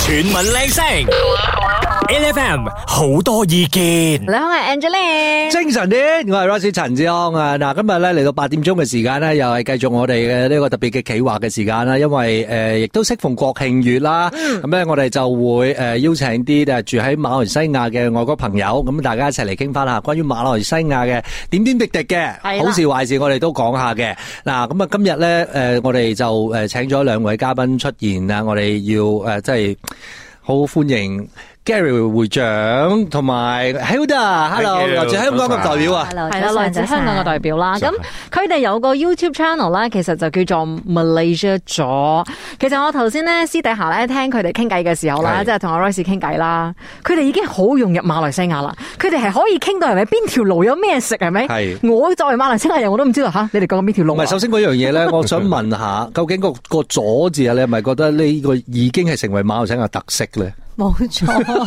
全民靚聲，LFM 好多意見你。好，我係 Angeline。精神啲，我係 Rosie 陳志康啊！嗱，今日咧嚟到八點鐘嘅時間咧，又係繼續我哋嘅呢個特別嘅企劃嘅時間啦。因為誒，亦、都適逢國慶月啦，咁咧、我哋就會誒、呃邀請啲誒住喺馬來西亞嘅外國朋友，咁大家一齊嚟傾翻下關於馬來西亞嘅點點滴滴嘅係啦好事壞事，我哋都講下嘅。嗱，咁啊，今日咧誒，我哋就誒請咗兩位嘉賓出現啦，我哋要誒、呃即係好歡迎 Gary 會長同埋 Hilda，Hello， Thank you，來自香港嘅代表啊。 Hello，係啦，來自香港嘅代表啦。咁佢哋有個 YouTube channel 啦，其實就叫做 Malaysia 咗。其實我頭先咧私底下咧聽佢哋傾偈嘅時候啦，係即係同阿 Royce 傾偈啦，佢哋已經好融入馬來西亞啦。佢哋係可以傾到係咪邊條路有咩食係咪？係我作為馬來西亞人，我都唔知道吓，你哋講緊邊條路唔啊係，？首先嗰樣嘢 咧，我想問下， 究竟個個左字啊，你係咪覺得呢個已經係成為馬來西亞特色咧？冇錯，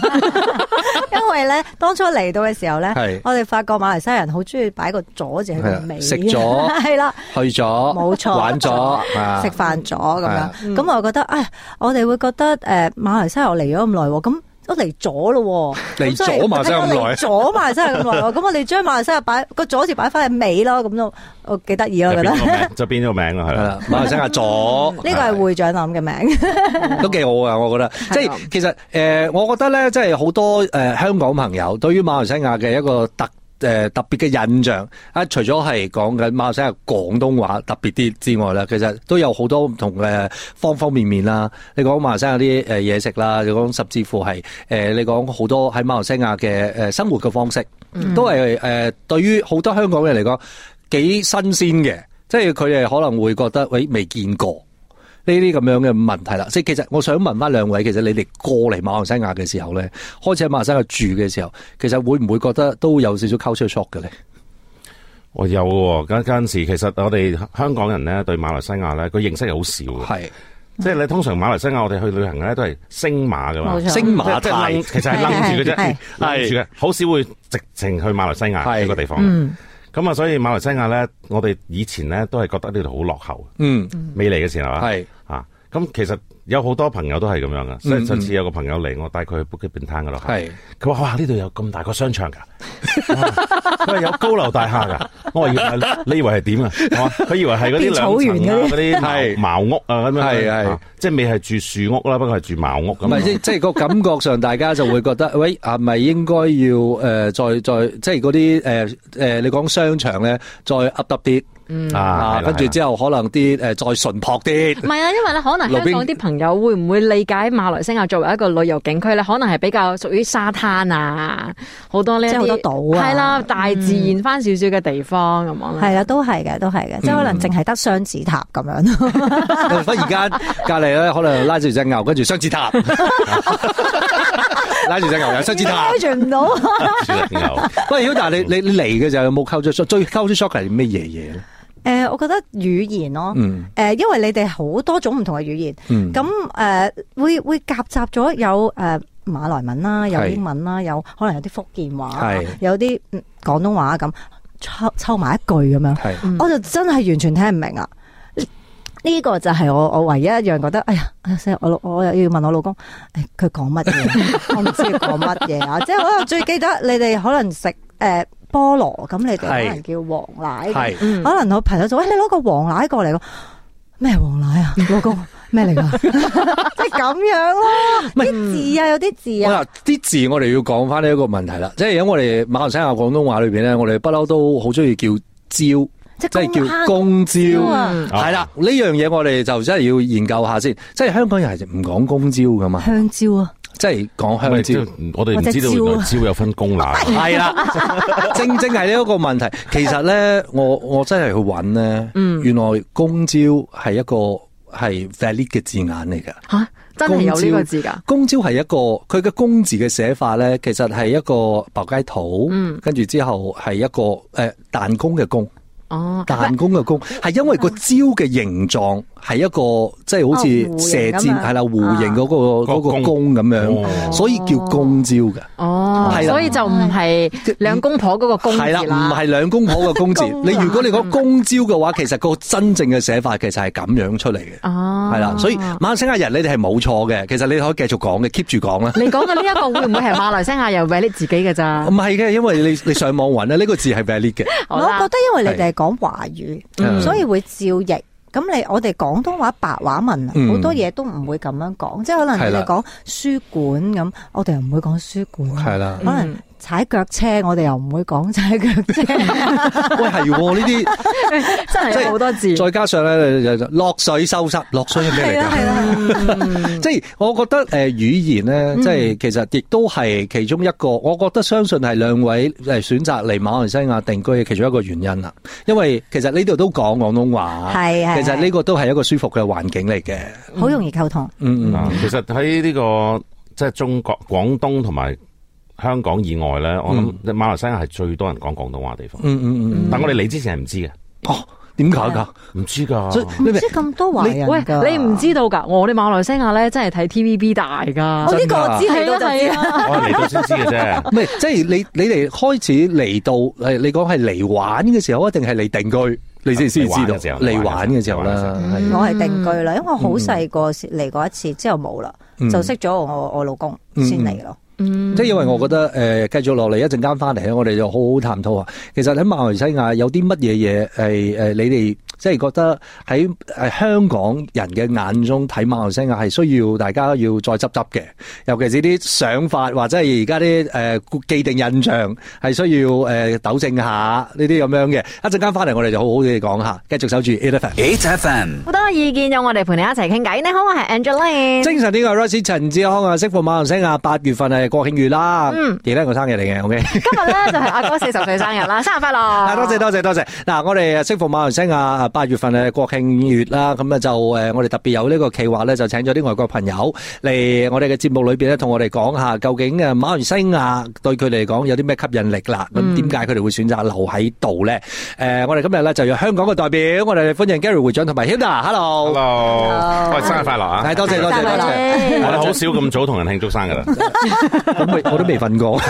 因為咧當初嚟到嘅時候係咧，我哋發覺馬來西亞人好中意擺個左字喺係啊個尾，食咗 係啦，去咗，冇錯玩咗，啊食飯咗咁啊樣。咁我覺得，唉，我哋會覺得誒馬來西亞我嚟咗咁耐喎，咁。都嚟咗咯喎， 嚟咗馬來西亞咁耐嚟咗馬來西亞咁耐喎，咁我哋將馬來西亞擺個左字擺翻喺尾咯，咁都我幾得意咯，我覺得呢就變咗名啦，係係啦。啦，馬來西亞左， 個係會長諗嘅名。嗯都幾好啊！我覺得，即係其實誒、呃我覺得咧，即係好多誒、呃香港朋友對於馬來西亞嘅一個特誒、呃特別嘅印象啊，除咗係講緊馬來西亞廣東話特別啲之外啦，其實都有好多唔同嘅呃方方面面啦。你講馬來西亞啲誒嘢食啦，你講甚至乎係誒、呃你講好多喺馬來西亞嘅誒生活嘅方式，都係誒、呃、對於好多香港人嚟講幾新鮮嘅，即係佢哋可能會覺得喂未見過。呢啲咁樣嘅問題啦，即係其實我想問翻兩位，其實你哋過嚟馬來西亞嘅時候咧，開始喺馬來西亞住嘅時候，其實會唔會覺得都有少少 culture shock 嘅咧？我哦有喎，嗰嗰陣時其實我哋香港人咧對馬來西亞咧個認識係好少嘅，係即係你通常馬來西亞我哋去旅行咧都係星馬噶嘛，冇錯星即馬係即係泰楞其實係楞住嘅係啫，楞住嘅，好少會直情去馬來西亞係呢個地方。嗯，咁啊，所以馬來西亞咧，我哋以前咧都係覺得呢度好落後，嗯，未嚟嘅時候啊，係啊，咁其實有好多朋友都係咁樣嘅，所以上次有個朋友嚟，我帶佢去 Bukit Bintang 嘅咯，係佢話：哇！呢度有咁大個商場㗎，哇佢話有高樓大廈㗎。我話以為你以為係點啊？我話佢以為係嗰變草啲原兩層啊嗰嗰啲係茅茅屋啊咁樣，係係啊即係未係住樹屋啦，不過係住茅屋唔係咁即啊。即係個感覺上，大家就會覺得喂，係咪應該要誒、呃再再即係嗰啲誒誒你講商場咧，再 up up 啲啊，跟住之後後可能啲誒、呃再淳樸啲唔。係啊，因為咧可能路香邊港啲朋友會唔會理解馬來西亞作為一個旅遊景區咧？可能係比較屬於沙灘啊，好多呢一即係啲好多島啊係啦，大自然翻少少嘅地方咁樣啦。係啦，都係嘅，都係嘅，即係嗯可能淨係得雙子塔咁樣咯。 忽然間隔離咧，可能拉住只牛，跟住雙子塔，拉住只牛又雙子 塔。開住唔到，喂，Hilda，你你你嚟嘅時候有冇 culture shock？最 culture shock 係咩嘢嘢咧？诶，呃我覺得語言咯，嗯诶，因為你哋好多種唔同嘅語言，嗯，哦咁呃诶會會夾雜咗有诶馬來文啦，有係英文啦，有可能有啲福建話，係有啲嗯廣東話咁，抽抽埋一句咁樣，係我就真嗯係完全聽唔明啊！呢個就係我我唯一一樣覺得，哎呀，哎呀死啦我老我又要問我老公，誒佢講乜 嘢？我唔知佢講乜嘢啊！即係我最記得你哋可能食誒、呃菠蘿，咁你哋可能叫黃奶，係嗯可能我朋友就喂你攞個黃奶過嚟咯，咩黃奶啊，老公咩嚟㗎？即係咁樣咯，啲字啊有啲字我啊，嗱啲字我哋要講翻呢一個問題啦，即係喺我哋馬來西亞廣東話裏邊咧，我哋不嬲都好中意叫蕉，即即係係叫公公蝦蕉。啊，係啦，呢樣嘢我哋就真係要研究下先。即係香港人係唔講公蕉噶嘛，香蕉啊，即係講我香蕉。哋唔知道原啊來蕉有分公乸，啊系啦， 正正係呢一個問題。其實咧，我我真係去揾咧，嗯原來公招係一個係 valid 嘅字眼嚟㗎。吓、真係有呢個字㗎。公招係一個佢嘅公字嘅寫法咧，其實係一個白雞土，嗯跟住之後係一個诶、呃彈弓嘅弓，哦， 彈弓嘅弓，係因為個招嘅形狀係一個即係好哦弧似形射咁箭啊係啦，弧形嗰個啊嗰個個弓咁樣，哦所以叫弓招嘅。哦，係啦所以就唔係兩公婆嗰個公字係啦，唔啦，係兩公婆嘅公字。公你乸如果你講公招嘅話，其實個真正嘅寫法其實係咁樣出嚟嘅。哦，係啦，所以馬來西亞人你哋係冇錯嘅，其實你可以繼續講嘅，keep 住講啦。你講嘅呢一個會唔會係馬來西亞人 v a l i d 自己嘅咋唔？係嘅，因為你你上網揾咧，呢個字係 valid 嘅，好我啦覺得因為你哋係講華語，嗯所以會照譯。咁你我哋廣東話白話文啊嗯好多嘢都唔會咁樣講，即係可能係你啦哋講書館咁，我哋又唔會講書館。係啦。可嗯能踩腳車，我哋又唔會講踩腳車。喂，係喎，呢 真係有好多字 啲，再加上咧就就落水收濕，落水啊係咩嚟㗎？啦，嗯即係我覺得誒、呃、語言咧，即係其實亦都係其中一個，我覺得相信係兩位誒選擇嚟馬來西亞定居嘅其中一個原因啦。因為其實呢度都講廣東話，係係其實呢個都係一個舒服嘅環境嚟嘅。好容易溝通。嗯嗯啊，其實喺呢、個即係中國廣東同埋香港以外咧，我諗馬來西亞係最多人講廣東話嘅地方。嗯嗯嗯，但我哋嚟之前係唔知嘅，哦，點解㗎？唔知㗎。所以唔你明知咁多華人喂，㗎你唔？知道㗎，我哋馬來西亞咧真係睇 TVB 大㗎我。呢個我知真㗎嚟到就知啦。我係嚟到先知嘅 啫。唔係，即係你你哋開始嚟到誒，你講係嚟玩嘅時候，啊一定係嚟定居，你先先知嚟玩道嘅時候嚟玩嘅時候啦。係啊我係定居啦，因為我好細個時嚟過一次，之後冇啦，就識咗我我老公先嚟咯。嗯即係因為我覺得誒繼續落嚟一陣間翻嚟咧，我哋就好好探討啊。其實喺馬來西亞有啲乜嘢嘢係誒呃你哋即係覺得喺誒香港人嘅眼中睇馬來西亞係需要大家要再執執嘅，尤其是啲想法或者係而家啲誒既定印象係需要誒糾正下呢啲咁樣嘅。一陣間翻嚟我哋就好好地講下，繼續守住 e l e p h a n HFM 好多意見有我哋陪你一齊傾偈。你好，我係 Angeline。精神呢個 r i s e 陳志康啊，適逢馬來西亞八月份係國慶月啦，嗯，而咧我生日嚟嘅，OK。今日咧就係阿哥四十歲生日 啦，生日快樂！啊！多謝多謝多謝。嗱，我哋適逢馬來西亞八月份嘅國慶月啦，咁啊就誒，我哋特別有呢個企劃咧，就請咗啲外國朋友嚟我哋嘅節目裏邊咧，同我哋講下究竟誒馬來西亞對佢嚟講有啲咩吸引力啦？咁點解佢哋會選擇留喺度咧？誒，我哋今日咧就有香港嘅代表，我哋歡迎 Gary 會長同埋 Hilda。Hello， Hello，喂，生日快樂啊！係多謝多謝生日多快樂謝。我哋好少咁早同人慶祝生日啊嗯啦。咁咪我都未 瞓過。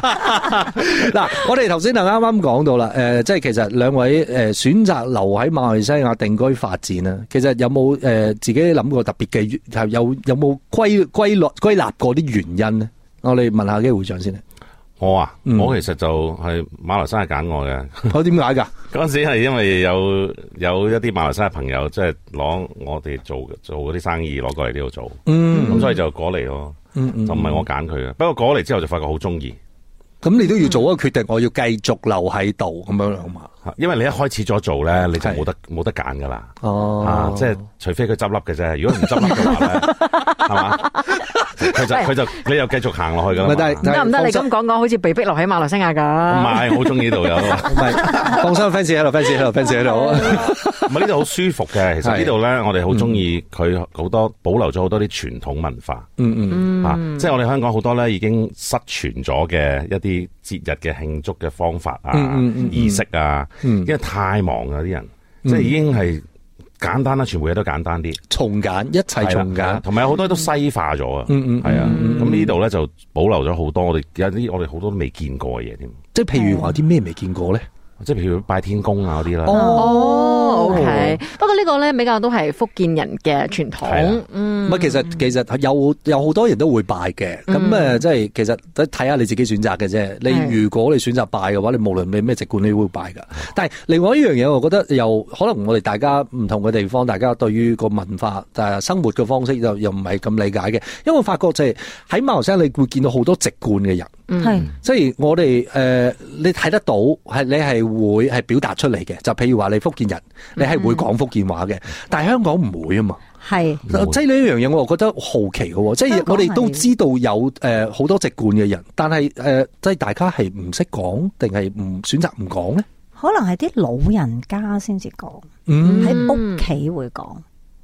嗱，我哋頭先就啱啱講到啦，誒、即係其實兩位誒、選擇留喺馬來西亞定居發展啊，其實有冇誒、自己諗過特別嘅係有有冇歸歸納歸納過啲原因呢？我哋問下機會長先啊。我啊，嗯我其實就係馬來西亞揀 我嘅。我點解㗎？嗰陣時係因為有有一啲馬來西亞朋友，即係攞我哋做做嗰啲生意攞過嚟呢度做，嗯咁所以就過嚟咯，嗯嗯就唔係我揀佢嘅。啊不過過嚟之後就發覺好中意，咁你都要做一個決定，我要繼續留喺度咁樣好嘛？啊因為你一開始咗做咧，你就係冇得冇得揀噶啦。啊哦，，即係除非佢執笠嘅啫，如果唔執笠嘅 話咧，係嘛？佢就佢就你又繼續行落去噶唔啦係但係嘛。但得唔得？你放心咁講講，好似被逼留喺馬來西亞唔㗎。係，我好中意呢度有，唔唔係放心，fans 喺度，fans 喺度，fans 喺度。 係呢度好舒服 嘅。其實係呢度咧，我哋好中意佢好多保留咗好多啲傳統文化。嗯嗯啊，即係我哋香港好多咧已經失傳咗嘅一啲節日嘅慶祝嘅方法啊、嗯嗯嗯嗯儀式啊，嗯因為太忙啊啲人，即係已經係簡單啦，全部嘢都簡單啲，重簡，一切重係簡啦。同埋有好多都西化咗啊，嗯嗯嗯係啊，咁呢度咧就保留咗好多我哋有啲我哋好多都未見過嘅嘢添，即係譬如話啲咩未見過咧？即係譬如拜天公啊嗰啲啦。哦，OK。不過呢個咧比較都係福建人嘅係傳統啊。嗯嗯唔係，其實其實有有好多人都會拜嘅，咁誒即係其實都睇下你自己選擇嘅係啫。你如果你選擇拜嘅話，你無論你咩籍貫，你都會拜噶。但係另外一樣嘢，我覺得又可能我哋大家唔同嘅地方，大家對於個文化誒生活嘅方式又又唔係咁理解嘅，因為我發覺就係喺馬來西亞，你會見到好多籍貫嘅人。係即係我哋誒、呃你睇得到係你係會係表達出嚟嘅，就譬如話你福建人，你係嗯會講福建話嘅，但係香港唔會啊嘛。係即係呢一樣嘢，我覺得好奇嘅喎。即係香港我係哋都知道有誒好、多籍貫嘅人，但係誒、呃即係大家係唔識講定係唔選擇唔講咧？可能係啲老人家先至講，嗯，喺屋企會講，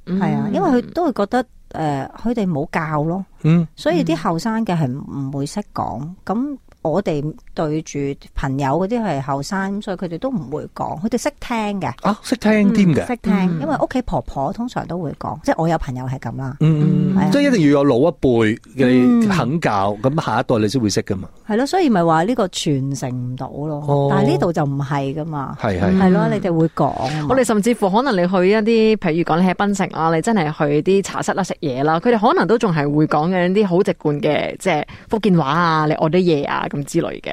係啊，因為佢都會覺得誒，佢哋冇教咯，嗯所以啲後生嘅係唔會識講，咁我哋對住朋友嗰啲係後生，所以佢哋都唔會講，佢哋識聽嘅，啊，識聽添嘅，嗯識聽，因為屋企婆婆通常都會講，即係我有朋友係咁啦，嗯，係啊嗯嗯即係一定要有老一輩你肯教，咁下一代你先會識噶嘛，係咯，所以咪話呢個傳承唔到咯，哦但係呢度就唔係噶嘛，係嗯係係咯，你哋會講啊嘛，我哋甚至乎可能你去一啲，譬如講你喺檳城啊啦，你真係去啲茶室啊啦食嘢啦，佢哋可能都仲係會講緊啲好直觀嘅，即係福建話啊，你愛啲嘢啊咁之類嘅。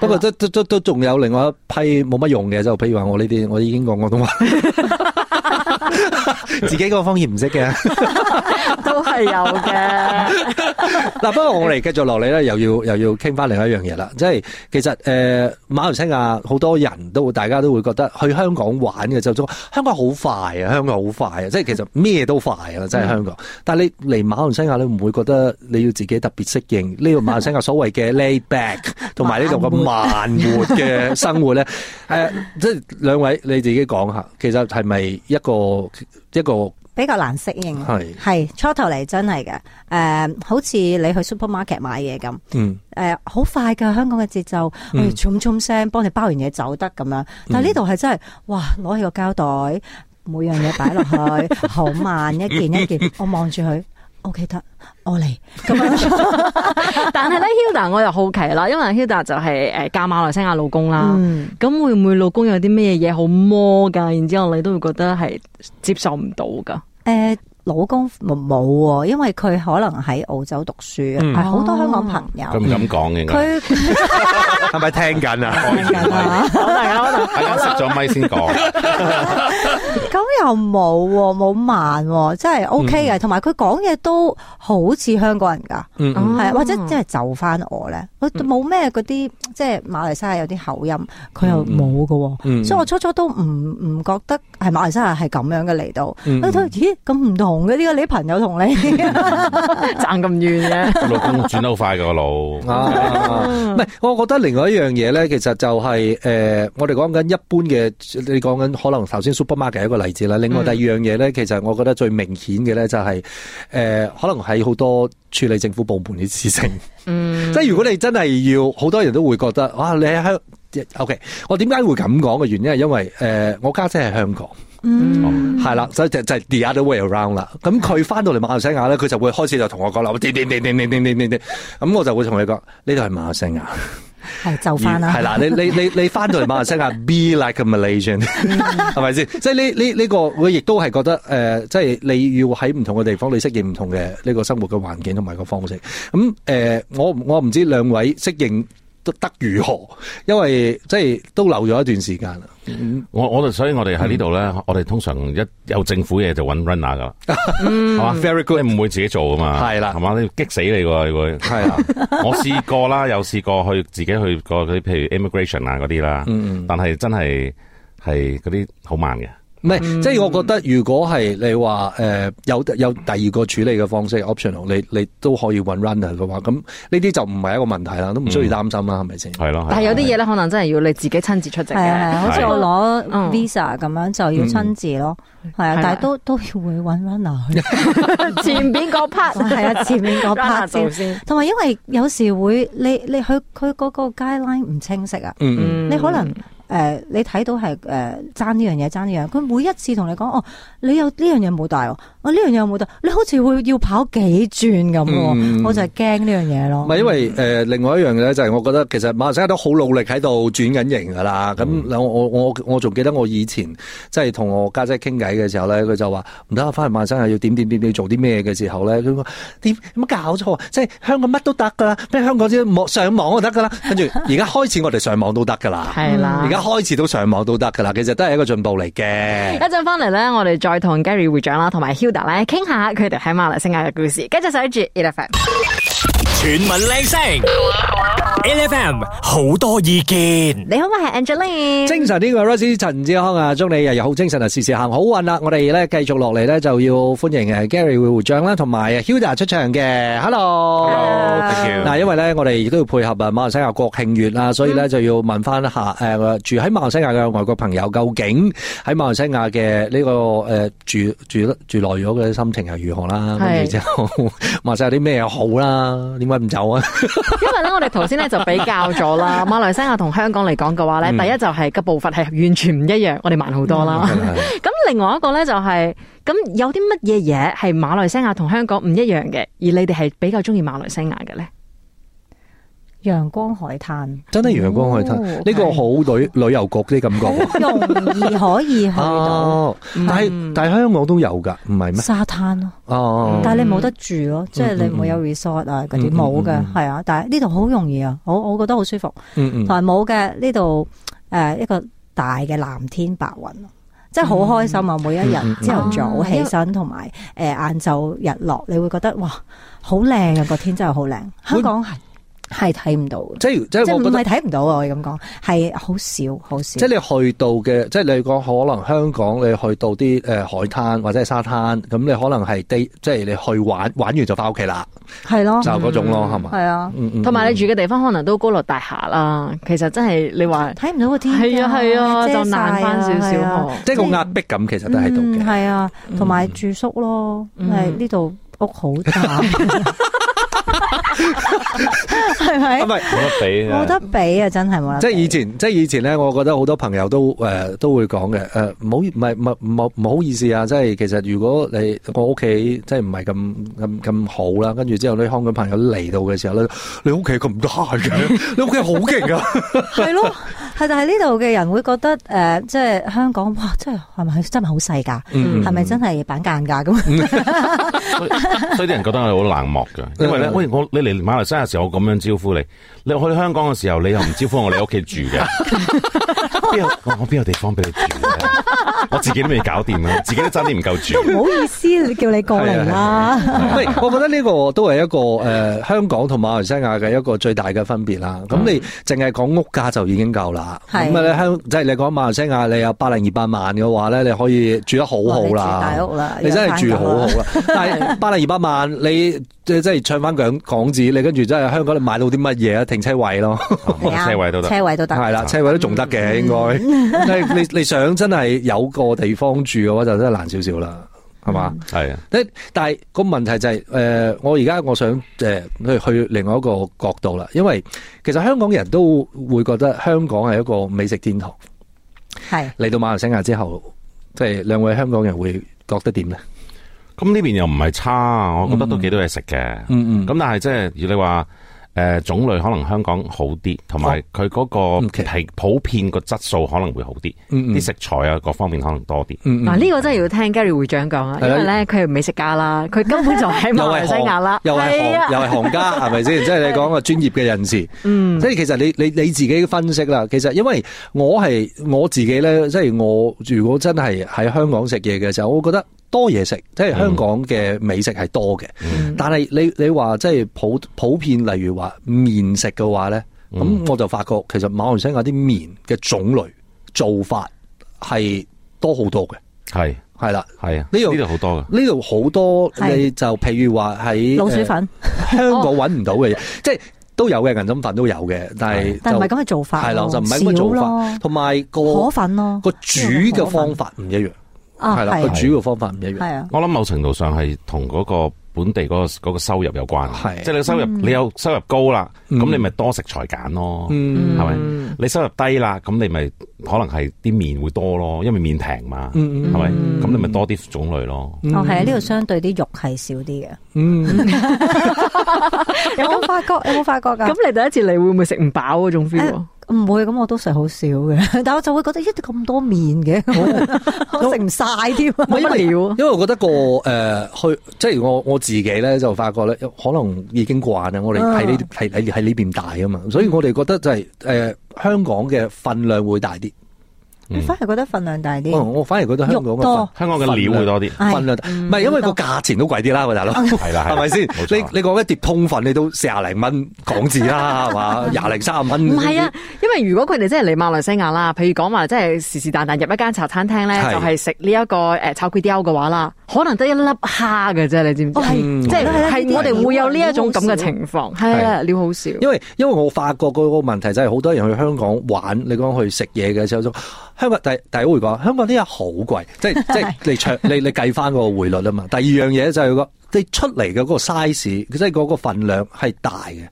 不過都都都都仲有另外一批冇乜用嘅，就譬如話我呢啲，我已經講廣東話， 自己個方言唔識嘅。啊都係有嘅， 嗱，不過我哋繼續落嚟咧，又要又要傾翻另一樣嘢啦，即係其實誒、呃、馬來西亞好多人都大家都會覺得去香港玩嘅就中香港好快啊，香港好快啊，即係其實咩都快啊，嗯真係香港。但係你嚟馬來西亞，你唔會覺得你要自己特別適應呢個馬來西亞所謂嘅 laid back，同埋呢度嘅慢活嘅生 活咧？誒、即係兩位你自己講下，其實係咪一個一個比較難適應，係係初頭嚟真係嘅，誒、好似你去 supermarket 買嘢咁。嗯誒好、快㗎，香港嘅節奏，我嗯哋冲冲聲幫你包完嘢走得咁樣。但係呢度係真係，哇！攞起個膠袋，每樣嘢擺落去，好慢一件一件。我望住佢，OK 得，我嚟咁樣。但係咧 Hilda 我又好奇啦，因為 Hilda 就係誒嫁馬來西亞老公啦，嗯咁、會唔會老公有啲咩嘢好魔㗎？然之後你都會覺得係接受唔到㗎？誒呃老公冇冇喎，因為佢可能喺澳洲讀書，嗯係啊好多香港朋友。佢唔敢講嘅，我佢係咪聽緊啊？可能啊可能 大家熄咗咪先講， 咁又冇喎，冇慢喎，真係 OK 嘅。同埋佢講嘢都好似香港人㗎。嗯嗯係啊或者即係就翻我咧，佢冇咩嗰啲即係馬來西亞有啲口音，佢又冇㗎嗯喎，所以我初初都唔唔覺得係馬來西亞係咁樣嘅嚟到，嗯我睇咦咁唔同嘅呢個你啲朋友同 你 爭咁遠嘅。老公轉得好快嘅個腦，啊，唔係，我覺得另外一樣嘢咧，其實就係、呃我哋講緊一般嘅，你講緊可能頭先 supermarket 一個例子啦。另外第二樣嘢咧，其實我覺得最明顯嘅咧就係、呃可能喺好多處理政府部門嘅事情，嗯， 即係如果你真係要，好多人都會覺得，哇！你喺香，OK，我點解會咁講嘅原因係因為呃我家姐係香港。哦嗯係啦，所以就就係 the other way around 啦。咁佢翻到嚟馬來西亞咧，佢就會開始就同我講啦，我點點點點點點點點點，咁我就會同佢講，呢度係馬來西亞，係就翻啦，係啦，你你你你翻到嚟馬來西亞，be like a Malaysian，係咪先？即係呢呢呢個，我亦都係覺得誒、呃即係你要喺唔同嘅地方，你適應唔同嘅呢個生活嘅環境同埋個方式。咁、誒、我唔我唔知兩位適應得得如何，因為即係都留咗一段時間啦。我我哋所以我哋喺呢度咧，我哋通常一有政府嘢就揾 runner 噶啦，係嘛，very good，你唔會自己做噶嘛，嗯係啦係嘛，你激死你喎，你會。係啊， 我試過啦，有試過去自己去過嗰啲，譬如 immigration 啊嗰啲啦，但係真係係嗰啲好慢嘅。唔係，即係我覺得，如果係你話誒、呃有有第二個處理嘅方式 optional，你你都可以揾 runner 嘅話，咁呢啲就唔係一個問題啦，都唔需要擔心啦，係咪先？係咯，但係有啲嘢咧，可能真係要你自己親自出席係係嘅。係啊好似係我攞啊嗯 visa 咁樣就要親自咯，嗯係啊係，但啦係都都要會揾 runner 去，前邊嗰 part 係啊， 前面嗰 part 做先， 先。同埋因為有時會你你佢佢嗰個 guideline 唔清晰啊。嗯你可能誒、呃你睇到係誒爭呢樣嘢爭呢樣，佢每一次同你講哦，你有呢樣嘢冇帶喎，哦我呢樣嘢冇帶，你好似會要跑幾轉咁喎，嗯我就係驚呢樣嘢唔咯。係因為誒、呃另外一樣嘢咧，就係我覺得其實馬來西亞都好努力喺度轉緊型噶啦。咁、我我我我仲記得我以前即係同我家姐傾偈嘅時候咧，佢就話唔得，翻去馬來西亞要點點點點做啲咩嘅時候咧，佢話點有乜搞錯啊？即係香港乜都得噶啦，咩香港只網上網就得噶啦。跟住而家開始我哋上網都得噶啦。係啊啦嗯而。家開始都上網都得噶啦，其實都係一個進步嚟一嘅。陣翻嚟咧，我哋再同 Gary 會長啦，同埋 Hilda 咧傾下佢哋喺馬來西亞嘅故事。繼續守住 e l e p h a n Chuyển mình lên sóng, LFM, nhiều ý kiến. 你好，我係 Angeline。精神呢個 r o s e 陳志康啊，祝你日日好精神啊，時時行好運啦！我哋咧繼續落嚟咧就要歡迎誒 Gary 會會長啦，同埋 Hilda 出場嘅。Hello。哦 Hello，thank you。嗱，因為咧，我哋亦都要配合啊馬來西亞國慶月啦，所以咧就要問翻下誒、呃住喺馬來西亞嘅外國朋友，究竟喺馬來西亞嘅呢、個誒、呃住住住耐咗嘅心情係如何啦？係 跟住之後，馬來西亞有啲咩好啦？點解唔走啊？因為咧，我哋頭先咧就比較咗 啦，馬來西亞同香港嚟講嘅話咧，嗯第一就係個步伐係完全唔一樣，我哋慢好多 啦。咁另外一個咧就係，咁有啲乜嘢嘢係馬來西亞同香港唔一樣嘅，而你哋係比較中意馬來西亞嘅咧？陽光海灘 真係陽光海灘，哦呢個好旅旅遊局啲感覺喎。容易可以去到哦，但係但係香港都有㗎，唔係咩？沙灘咯。哦，但系你冇得住咯，即係你唔會有 resort 啊嗰啲嗯冇嘅嗯，係啊。但係呢度好容易啊，我我覺得好舒服。嗯嗯同，埋冇嘅呢度诶一個大嘅藍天白雲，啊即係好開心啊！每一嗯日嗯朝頭早哦起身，同埋诶晏晝日落，你會覺得哇好靚啊！個天真係好靚，哦香港係係睇唔到嘅，嗯即係即即係係我唔覺得係。睇唔到啊！我咁講係好少好少即係。你去到嘅，即係你講可能香港你去到啲誒、呃海灘或者係沙灘，咁你可能係 day，即係你去玩，玩完就翻屋企啦，係咯，就嗰種咯，係嘛？係啊，嗯嗯同埋你住嘅地方可能都高樓大廈啦，其實真係你話睇唔到個天㗎，係啊係啊，遮就難晒啊翻少係啊少呵。即係個壓迫感其實都喺度嗯嘅。係啊，同埋住宿咯，嗯係呢度屋好大，係咪啊唔？冇 係，得比啊冇得比啊，真係冇得比。即係以前，即係以前咧，我覺得好多朋友都誒、呃都會講嘅誒，唔好唔係唔係唔好唔好意思啊！即係其實如果你我屋企即係唔係咁咁咁好啦，跟住之後啲香港朋友嚟到嘅時候咧，你屋企咁大 嘅，你屋企好勁啊！係咯，係但係呢度嘅人會覺得诶，即係香港哇，真係係咪真係好細㗎？嗯係咪真係板間㗎咁？所以所以啲人覺得我哋好冷漠㗎，因為咧，嗯喂，我你嚟馬來西亞嘅時候，我咁樣招呼你；你去香港嘅時候，你又唔招呼我哋屋企住 嘅。邊有我我邊有地方俾你住啊？ 我自己都未搞掂啊，自己都爭啲唔夠住。啊唔好意思，叫你過 嚟啦。唔係，我覺得呢個都係一個誒、呃香港同馬來西亞嘅一個最大嘅分別啦。嗯咁你淨係講屋價就已經夠啦。咁啊，係你香即係你講馬來西亞，你有百零二百萬嘅話咧，你可以住得好好啦哇你住。 大屋啦你真啊係住好好 有啦。但係百零二百萬，你即係唱翻港港紙，你跟住真係香港你買到啲乜嘢啊？停車位咯，我車位都得。啊車位都得。係啦，車位都仲得嘅應該。但係你你想真係有個地方住嘅話，就真係難少少啦，係嘛？係啊，但但係個問題就係、呃我而家我想誒、呃去去另外一個角度啦，因為其實香港人都會覺得香港係一個美食天堂。係嚟到馬來西亞之後，即係兩位香港人會覺得點呢？咁呢邊又唔係差，我覺得都幾多嘢食嘅。嗯咁但係即係如你話誒種類可能香港好啲，同埋佢嗰個嗯 OK 係普遍個質素可能會好啲，嗯啲食材啊各方面可能多啲。嗯嗱，呢個真係要聽 Gary 會長講啊，因係啦為咧佢係美食家啦，佢根本就喺馬來西亞啦，又係係啊行，又係行家，係咪先？即係你講個專業嘅人士，嗯，即係其實你你你自己分析啦。其實因為我係我自己咧，即係我如果真係喺香港食嘢嘅時候，我會覺得多嘢食，即係香港嘅美食係多嘅。但係你你話即係普普遍，例如話面食嘅話咧，咁、我就發覺其實馬來西亞啲面嘅種類做法係多好多嘅，係係啦。係啊，呢度呢度好多㗎。呢度好多係你就譬如話喺呃老鼠粉，香港揾唔到嘅嘢，即係都有嘅銀針粉都有嘅，但係但哦唔係就咁嘅做法咯，係啦，就唔係咁嘅做少咯法，同埋個河粉咯，個煮嘅方法唔一樣，啊係啦，係個煮嘅方法唔一係樣，啊，我諗某程度上係同嗰個本地嗰、個嗰個收入有關，係即係你收入、你有收入高啦，嗯咁你咪多食材揀咯，係嗯咪、你收入低啦，咁你咪可能係啲麵會多咯，因為麵平嘛，係嗯咪？咁你咪多啲種類咯。哦係啊，呢度相對啲肉係少啲嘅。嗯， 有冇發覺？有冇發覺㗎？咁你第一次嚟會唔會食唔飽嗰種 feel？啊唔會咁，我都食好少嘅， 但我就會覺得一啲咁多麵 嘅，我食唔晒添。冇乜料啊。因為我覺得個誒去即係我我自己咧就發覺咧，可能已經慣啦，我哋啊喺呢喺喺喺呢邊大啊嘛，所以我哋覺得就係誒香港嘅份量會大啲，你反而覺得份量大我啲，我反而覺得香港嗯肉嘅多份香港嘅料會多啲，唉份量大，哎嗯唔係因為個價錢都貴啲啦，喂大佬，係啦， 係咪先？冇錯你你講一碟通粉，你都四廿零蚊港紙啦， 係嘛？廿零三十蚊。唔係啊，因為如果佢哋真係嚟馬來西亞啦，譬如講話真係是是但但入一間茶餐廳咧，係就係食呢一個誒炒粿條嘅話啦，可能得一粒蝦嘅啫，你知唔知？哦係即係係係係我哋會有呢一種咁嘅情況，係啊，料好少。因為因為我發覺嗰個問題就係好多人去香港玩，你講去食嘢嘅時候，香港第第一 會講香港啲嘢好貴，即係即係你唱你你計翻個匯率啊嘛。第二樣嘢就係個你出嚟嘅嗰個 size，即係嗰個份量係大嘅，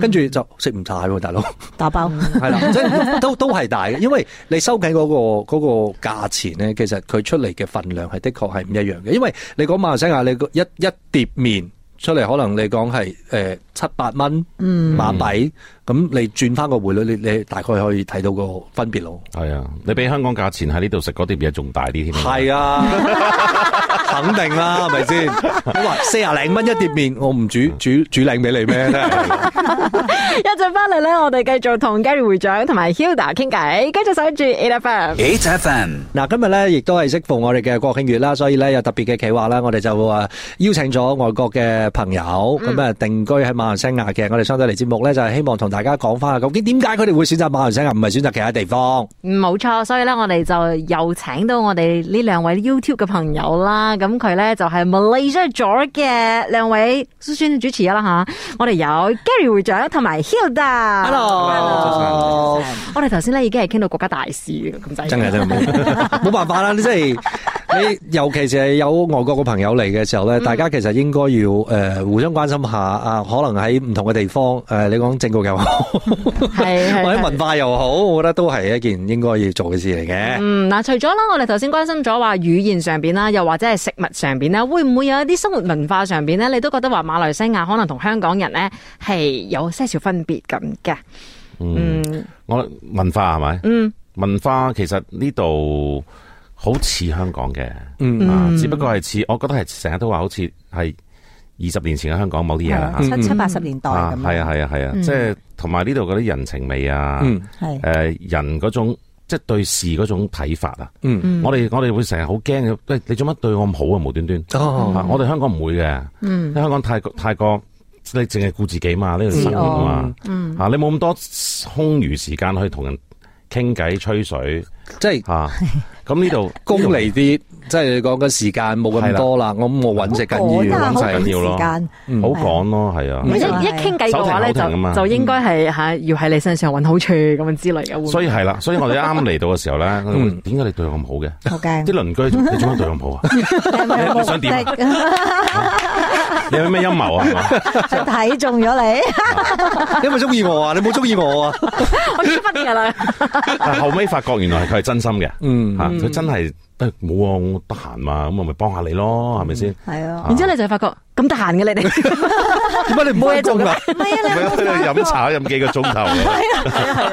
跟住就食唔晒喎，大佬。打包。 係啦，即係都都係大嘅，因為你收緊嗰、個嗰、個價錢咧，其實佢出嚟嘅份量係的確係唔一樣嘅，因為你講馬來西亞，你個一一碟面。出嚟可能你講係誒七八蚊馬幣，咁你轉翻個匯率，你你大概可以睇到個分別咯。系啊，你比香港價錢喺呢度食嗰碟嘢仲大啲添。係啊， 肯定啦，係咪先？你話四廿零蚊一碟面，我唔煮煮煮靚俾你咩？真係一陣翻嚟咧，我哋繼續同 Gary 會長同埋 Hilda 傾偈，繼續守住 A F M。 8FM 嗱，今日咧亦都係適逢我哋嘅國慶月啦，所以咧有特別嘅企劃啦，我哋就啊邀請咗外國嘅朋友，咁啊、定居喺馬來西亞嘅，我哋相對嚟節目咧就係希望同大家講翻啊，究竟點解佢哋會選擇馬來西亞，唔係選擇其他地方？嗯冇錯，所以咧，我哋就又請到我哋呢兩位 YouTube 嘅朋友啦。咁佢咧就係 Malaysia 咗嘅兩位資深主持啦吓。我哋有 Gary 會長同埋 Hilda。 Hello，我哋頭先咧已經係傾到國家大事嘅咁 滯。真係真係冇冇辦法啦，你真係。你尤其是係有外國嘅朋友嚟嘅時候咧，大家其實應該要誒、呃互相關心下啊，可能喺唔同嘅地方誒、呃你講政局又好，係係或者文化又好，我覺得都係一件應該要做嘅事嚟嘅。嗯，嗱，除咗啦，我哋頭先關心咗話語言上邊啦，又或者係食物上邊啦，會唔會有一啲生活文化上邊咧？你都覺得話馬來西亞可能同香港人咧係有些少分別咁嘅？嗯，我文化係咪？嗯，文化其實呢度好似香港嘅，嗯啊，只不過係似，我覺得係成日都話好似係二十年前嘅香港某啲嘢係啦啦，。嗯七七八十年代啊，咁係樣，嗯啊，係啊，係啊，即係同埋呢度嗰啲人情味啊，嗯係誒人嗰種即係對事嗰種睇法啊，嗯我哋我哋會成日好驚嘅，喂你做乜對我咁好啊無端端？哦。啊我哋香港唔會嘅，因為香港太過太過，你淨係顧自己嘛，呢度生活嘛，啊你冇咁多空餘時間去同人傾偈吹水即 係嚇，咁呢度功利啲，即係你講嘅時間冇咁多啦，我咁我揾食緊要，好趕啊搵食緊要好咯趕時間好講咯，係啊一嗯。一傾偈嘅話咧，手停口停啊就嘛就應該係嚇要喺你身上揾好處咁樣之類嘅。會唔會所以係啦，所以我哋啱啱嚟到嘅時候 咧，我哋會嗯點解你對我咁好 嘅？好驚啲。鄰居你做乜對我咁好 啊？你你想點你有咩陰謀啊？係 嘛 想睇中咗你，你咪中意我啊？你冇中意我啊？我結婚㗎啦，但後尾發覺原來佢係真心嘅，嗯嚇佢真係誒冇啊，我得閒嘛，咁我咪幫下你咯，係咪先？係啊，然之後你就發覺咁得閒嘅你哋，點解你唔開工啊？唔係啊，你有冇發覺飲茶飲幾個鐘頭，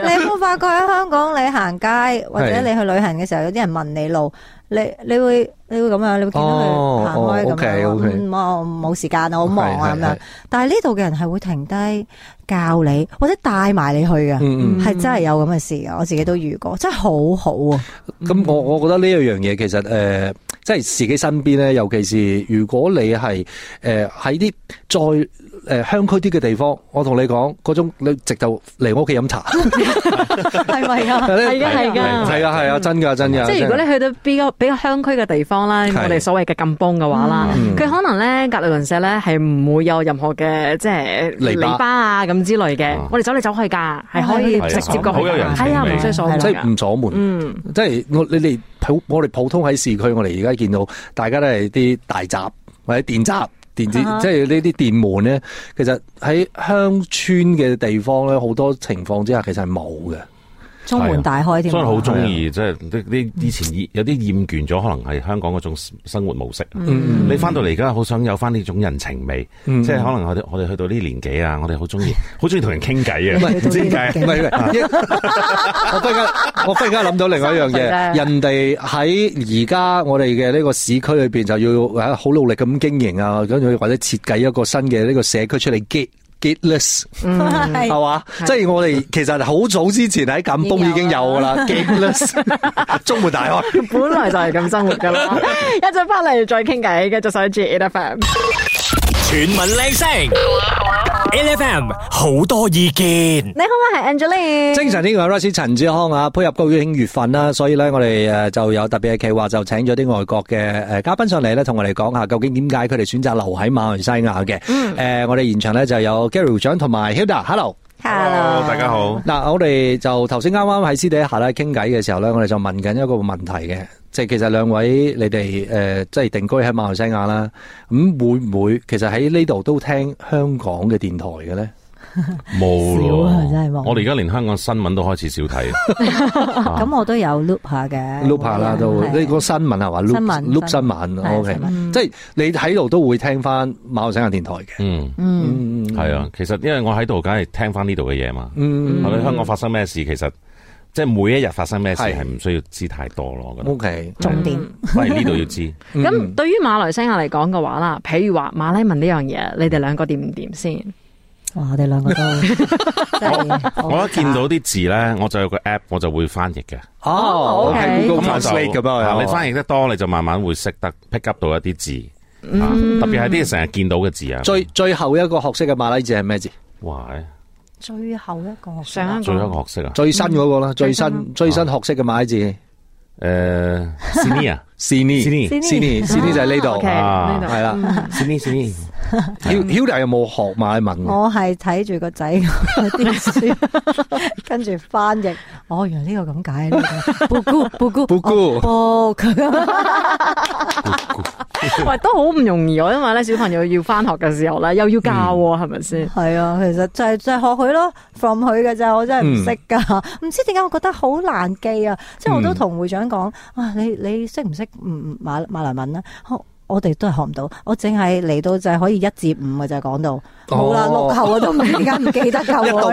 你有冇發覺喺香港你行街或者你去旅行嘅時候，有啲人問你路，你你會你會咁樣，你會見到佢行哦開咁樣哦，OK，OK 嗯我冇時間啊，好忙啊係係咁樣係。但係呢度嘅人係會停低教你，或者帶埋你去嘅，嗯係真係有咁嘅事嘅，我自己都遇過，真係好好啊！咁我我覺得呢一樣嘢其實誒、呃即係自己身邊咧，尤其是如果你係誒喺啲再誒鄉區啲嘅地方，我同你講嗰種你直頭嚟我屋企飲茶， 係咪啊？係㗎係㗎。係啊係啊，真㗎真㗎，即係如果真㗎你去到比較比較鄉區嘅地方啦，係我哋所謂嘅禁崩嘅話啦，佢可能咧隔離鄰舍咧係唔會有任何嘅即係籬笆籬笆啊咁之類嘅啊，我哋走嚟走去㗎，係可以係啊直接過去㗎，好有人情味係啊，唔需要所謂係即㗎係唔鎖門。嗯，即係我你哋普我哋普通喺市區，我哋而家見到大家都係啲大閘或者電閘。電子啊哈即係呢啲電門咧，其實喺鄉村嘅地方咧，好多情況之下其實係冇嘅。中門大開添所啊，以好中意，即係啲啲以前厭有啲厭倦咗，可能係香港嗰種生活模式。嗯你翻到嚟而家好想有翻呢種人情味，嗯即係可能我哋我哋去到呢年紀啊，我哋好中 意好中意同人傾偈啊唔係嘅，唔知點解。嗯唔係唔係，一 我忽然間我忽然間諗到另外一 樣嘢，人哋喺而家我哋嘅呢個市區裏邊就要啊好努力咁經營啊，跟住或者設計一個新嘅呢個社區出嚟 get getless。 係係嘛？即係我哋其實好早之前喺錦東已經有㗎啦 g a m e l e s 中門大開。本來就係咁生活㗎啦。一陣翻嚟再傾偈，繼續守住 A F M。全民靚聲，8FM 好多意見你好，我係 Angeline。精神呢個 r i s 陳志康啊，配合高院月份啦，所以咧我哋誒呃就有特別嘅企劃，就請咗啲外國嘅誒嘉賓上嚟咧，同我哋講下究竟點解佢哋選擇留喺馬來西亞嘅。誒、呃我哋現場咧就有 Gary 長同埋 Hilda，Hello。 ，Hello，哦大家好。嗱，我哋就頭先啱啱喺私底下咧傾偈嘅時候咧，我哋就問緊一個問題嘅，即係其實兩位你哋誒、呃即係定居喺馬來西亞啦，咁、會唔會其實喺呢度都聽香港嘅電台嘅咧？冇少咯啊真係冇，我哋而家連香港新聞都開始少 睇。啊咁我都有 loop 下嘅 loop 下啦都，係啊呢個新聞係話新聞 loop loop 新新聞係，OK，新聞即係你喺度都會聽翻馬來西亞電台嘅，嗯，嗯，嗯，係啊，其實因為我喺度，梗係聽翻呢度嘅嘢嘛。嗯，係咪香港發生咩事？其實即係每一日發生咩事，係係唔需要知太多咯。我覺嗯得， ，OK，重點反而呢度要知。嗯咁對於馬來西亞嚟講嘅話啦，譬如話馬拉文呢樣嘢，你哋兩個掂唔掂先？哇，我哋兩個都真係好我一見到啲字咧，我就有個 app，我就會翻譯嘅。哦哦，OK ，Google 咁我就 Translate 咁啊樣，你翻譯得多，你就慢慢會識得 pick up 到一啲字。啊特別係啲成日見到嘅字啊。最最後一個學識嘅馬拉字係咩字？哇！最後一個學生上一最後一個個學識啊。最新嗰個嗯啦，最最新新最新學識嘅馬拉字誒 s i n i 啊，Sini Sini Sini Sini 就係呢度， OK，啊呢度嗯係啦。 s i n i s i n i Hil- Hilda 有冇學馬來文啊㗎？我係睇住個仔嗰啲書，跟住翻譯。哦，原來呢個咁解呢個。布姑布姑布姑哦布佢喂，都好唔容易喎，因為咧小朋友要翻學嘅時候咧，又要教嗯喎，係咪先？係啊，其實就係就係學佢咯，from 佢嘅咋，我真係唔識噶，嗯唔知點解我覺得好難記啊！即係我都同會長講啊，你你識唔識嗯馬馬來文啊？我我哋都係學唔到，我淨係嚟到就係可以一至五嘅就係講到哦冇啦，六後我都唔知點解唔記得一 㗎到喎。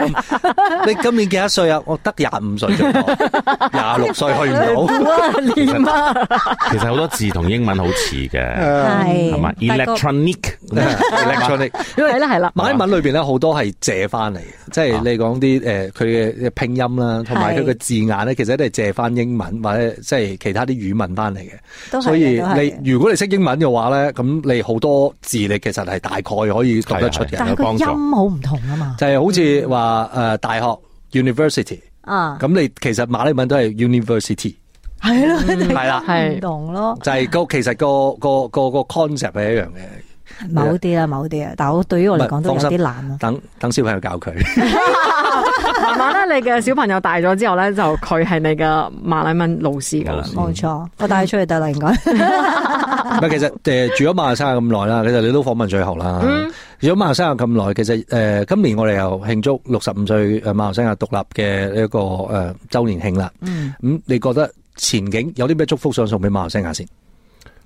五你今年幾多歲啊？我得廿五歲 啫，廿六歲去唔嗯到。 念啊！其實好多字同英文好似嘅，係係咪但個？electronic 咁樣 electronic，因為係啦係啦，馬來文裏邊咧好多係借翻嚟嘅，即係你講啲誒佢嘅拼音啦，同埋佢嘅字眼咧，其實都係借翻英文或者即係其他啲語文翻嚟嘅。都係嘅所以都係嘅你如果你識英文嘅話咧，咁你好多字你其實係大概可以讀得出係，嘅但係個有幫助音好唔同啊嘛。就係好似話誒大學 university，啊，咁你其實馬來文都係 university。係咯，係啦係唔同咯，就係個其實個個個個 concept 係一樣嘅，某啲啦，某啲啊，但係我對於我嚟講都有唔係放心啲難啊咯。等等小朋友教佢。 慢慢咧，你嘅小朋友大咗之後咧，就佢係你嘅馬來文老師噶啦。老冇錯，我帶佢出去得啦，應該。嗯唔係，其實誒住咗馬來西亞咁耐啦，其實你都訪問最後啦。住咗馬來西亞咁耐，其實誒、呃今年我哋又慶祝六十五歲誒馬來西亞獨立嘅一個誒、呃、周年慶啦。咁、你覺得前景有啲咩祝福想送俾馬來西亞先？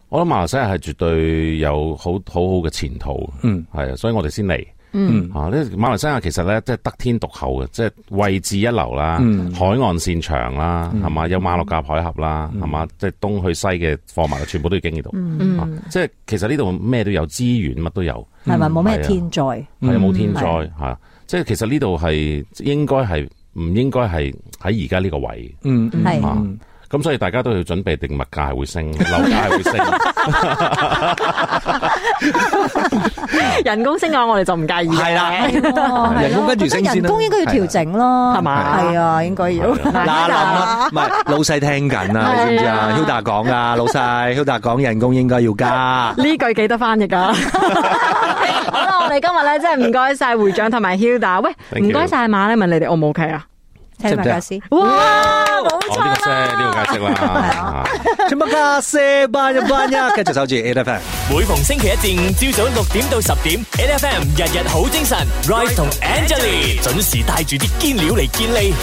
我諗馬來西亞係絕對有好好好嘅前途，嗯，係啊，所以我哋先嚟。嗯啊！呢馬來西亞其實咧，即係得天獨厚嘅，即係位置一流啦，嗯海岸線長啦，係嘛、有馬六甲海峽啦，嗯係嘛、即係東去西嘅貨物全部都要經呢度。啊即係其實呢度咩都有，資源乜都有，係咪冇咩係啊天災？嗯嗯係有冇天災嚇、啊即係其實呢度係應該係唔應該係喺而家呢個位。嗯，係啊咁所以大家都要準備定物價係會升，樓價係會升，人工升嘅話，我哋就唔介意。係啦，哦人工跟住係咯我覺得升先啦人工應該要調整咯，係嘛係啊，應該要。係嗱諗啦，唔係老細聽緊啊，你知唔知啊？Hilda 講啊，老細 Hilda 講人工應該要加。呢句記得翻 譯噶。好啦，我哋今日咧真係唔該晒會長同埋 Hilda，喂， Thank 唔 you 該晒馬拉文，你哋 O 唔 OK 啊？ 聽埋教師，哇，冇哦呢個錯聲啦！呢個解釋啦。啊做乜加四班一班一？繼續守住 A F M。每逢星期一至五朝早六點到十點，N F M 日日好精神，Rise 同 Angelie 準時帶住啲堅料嚟健利。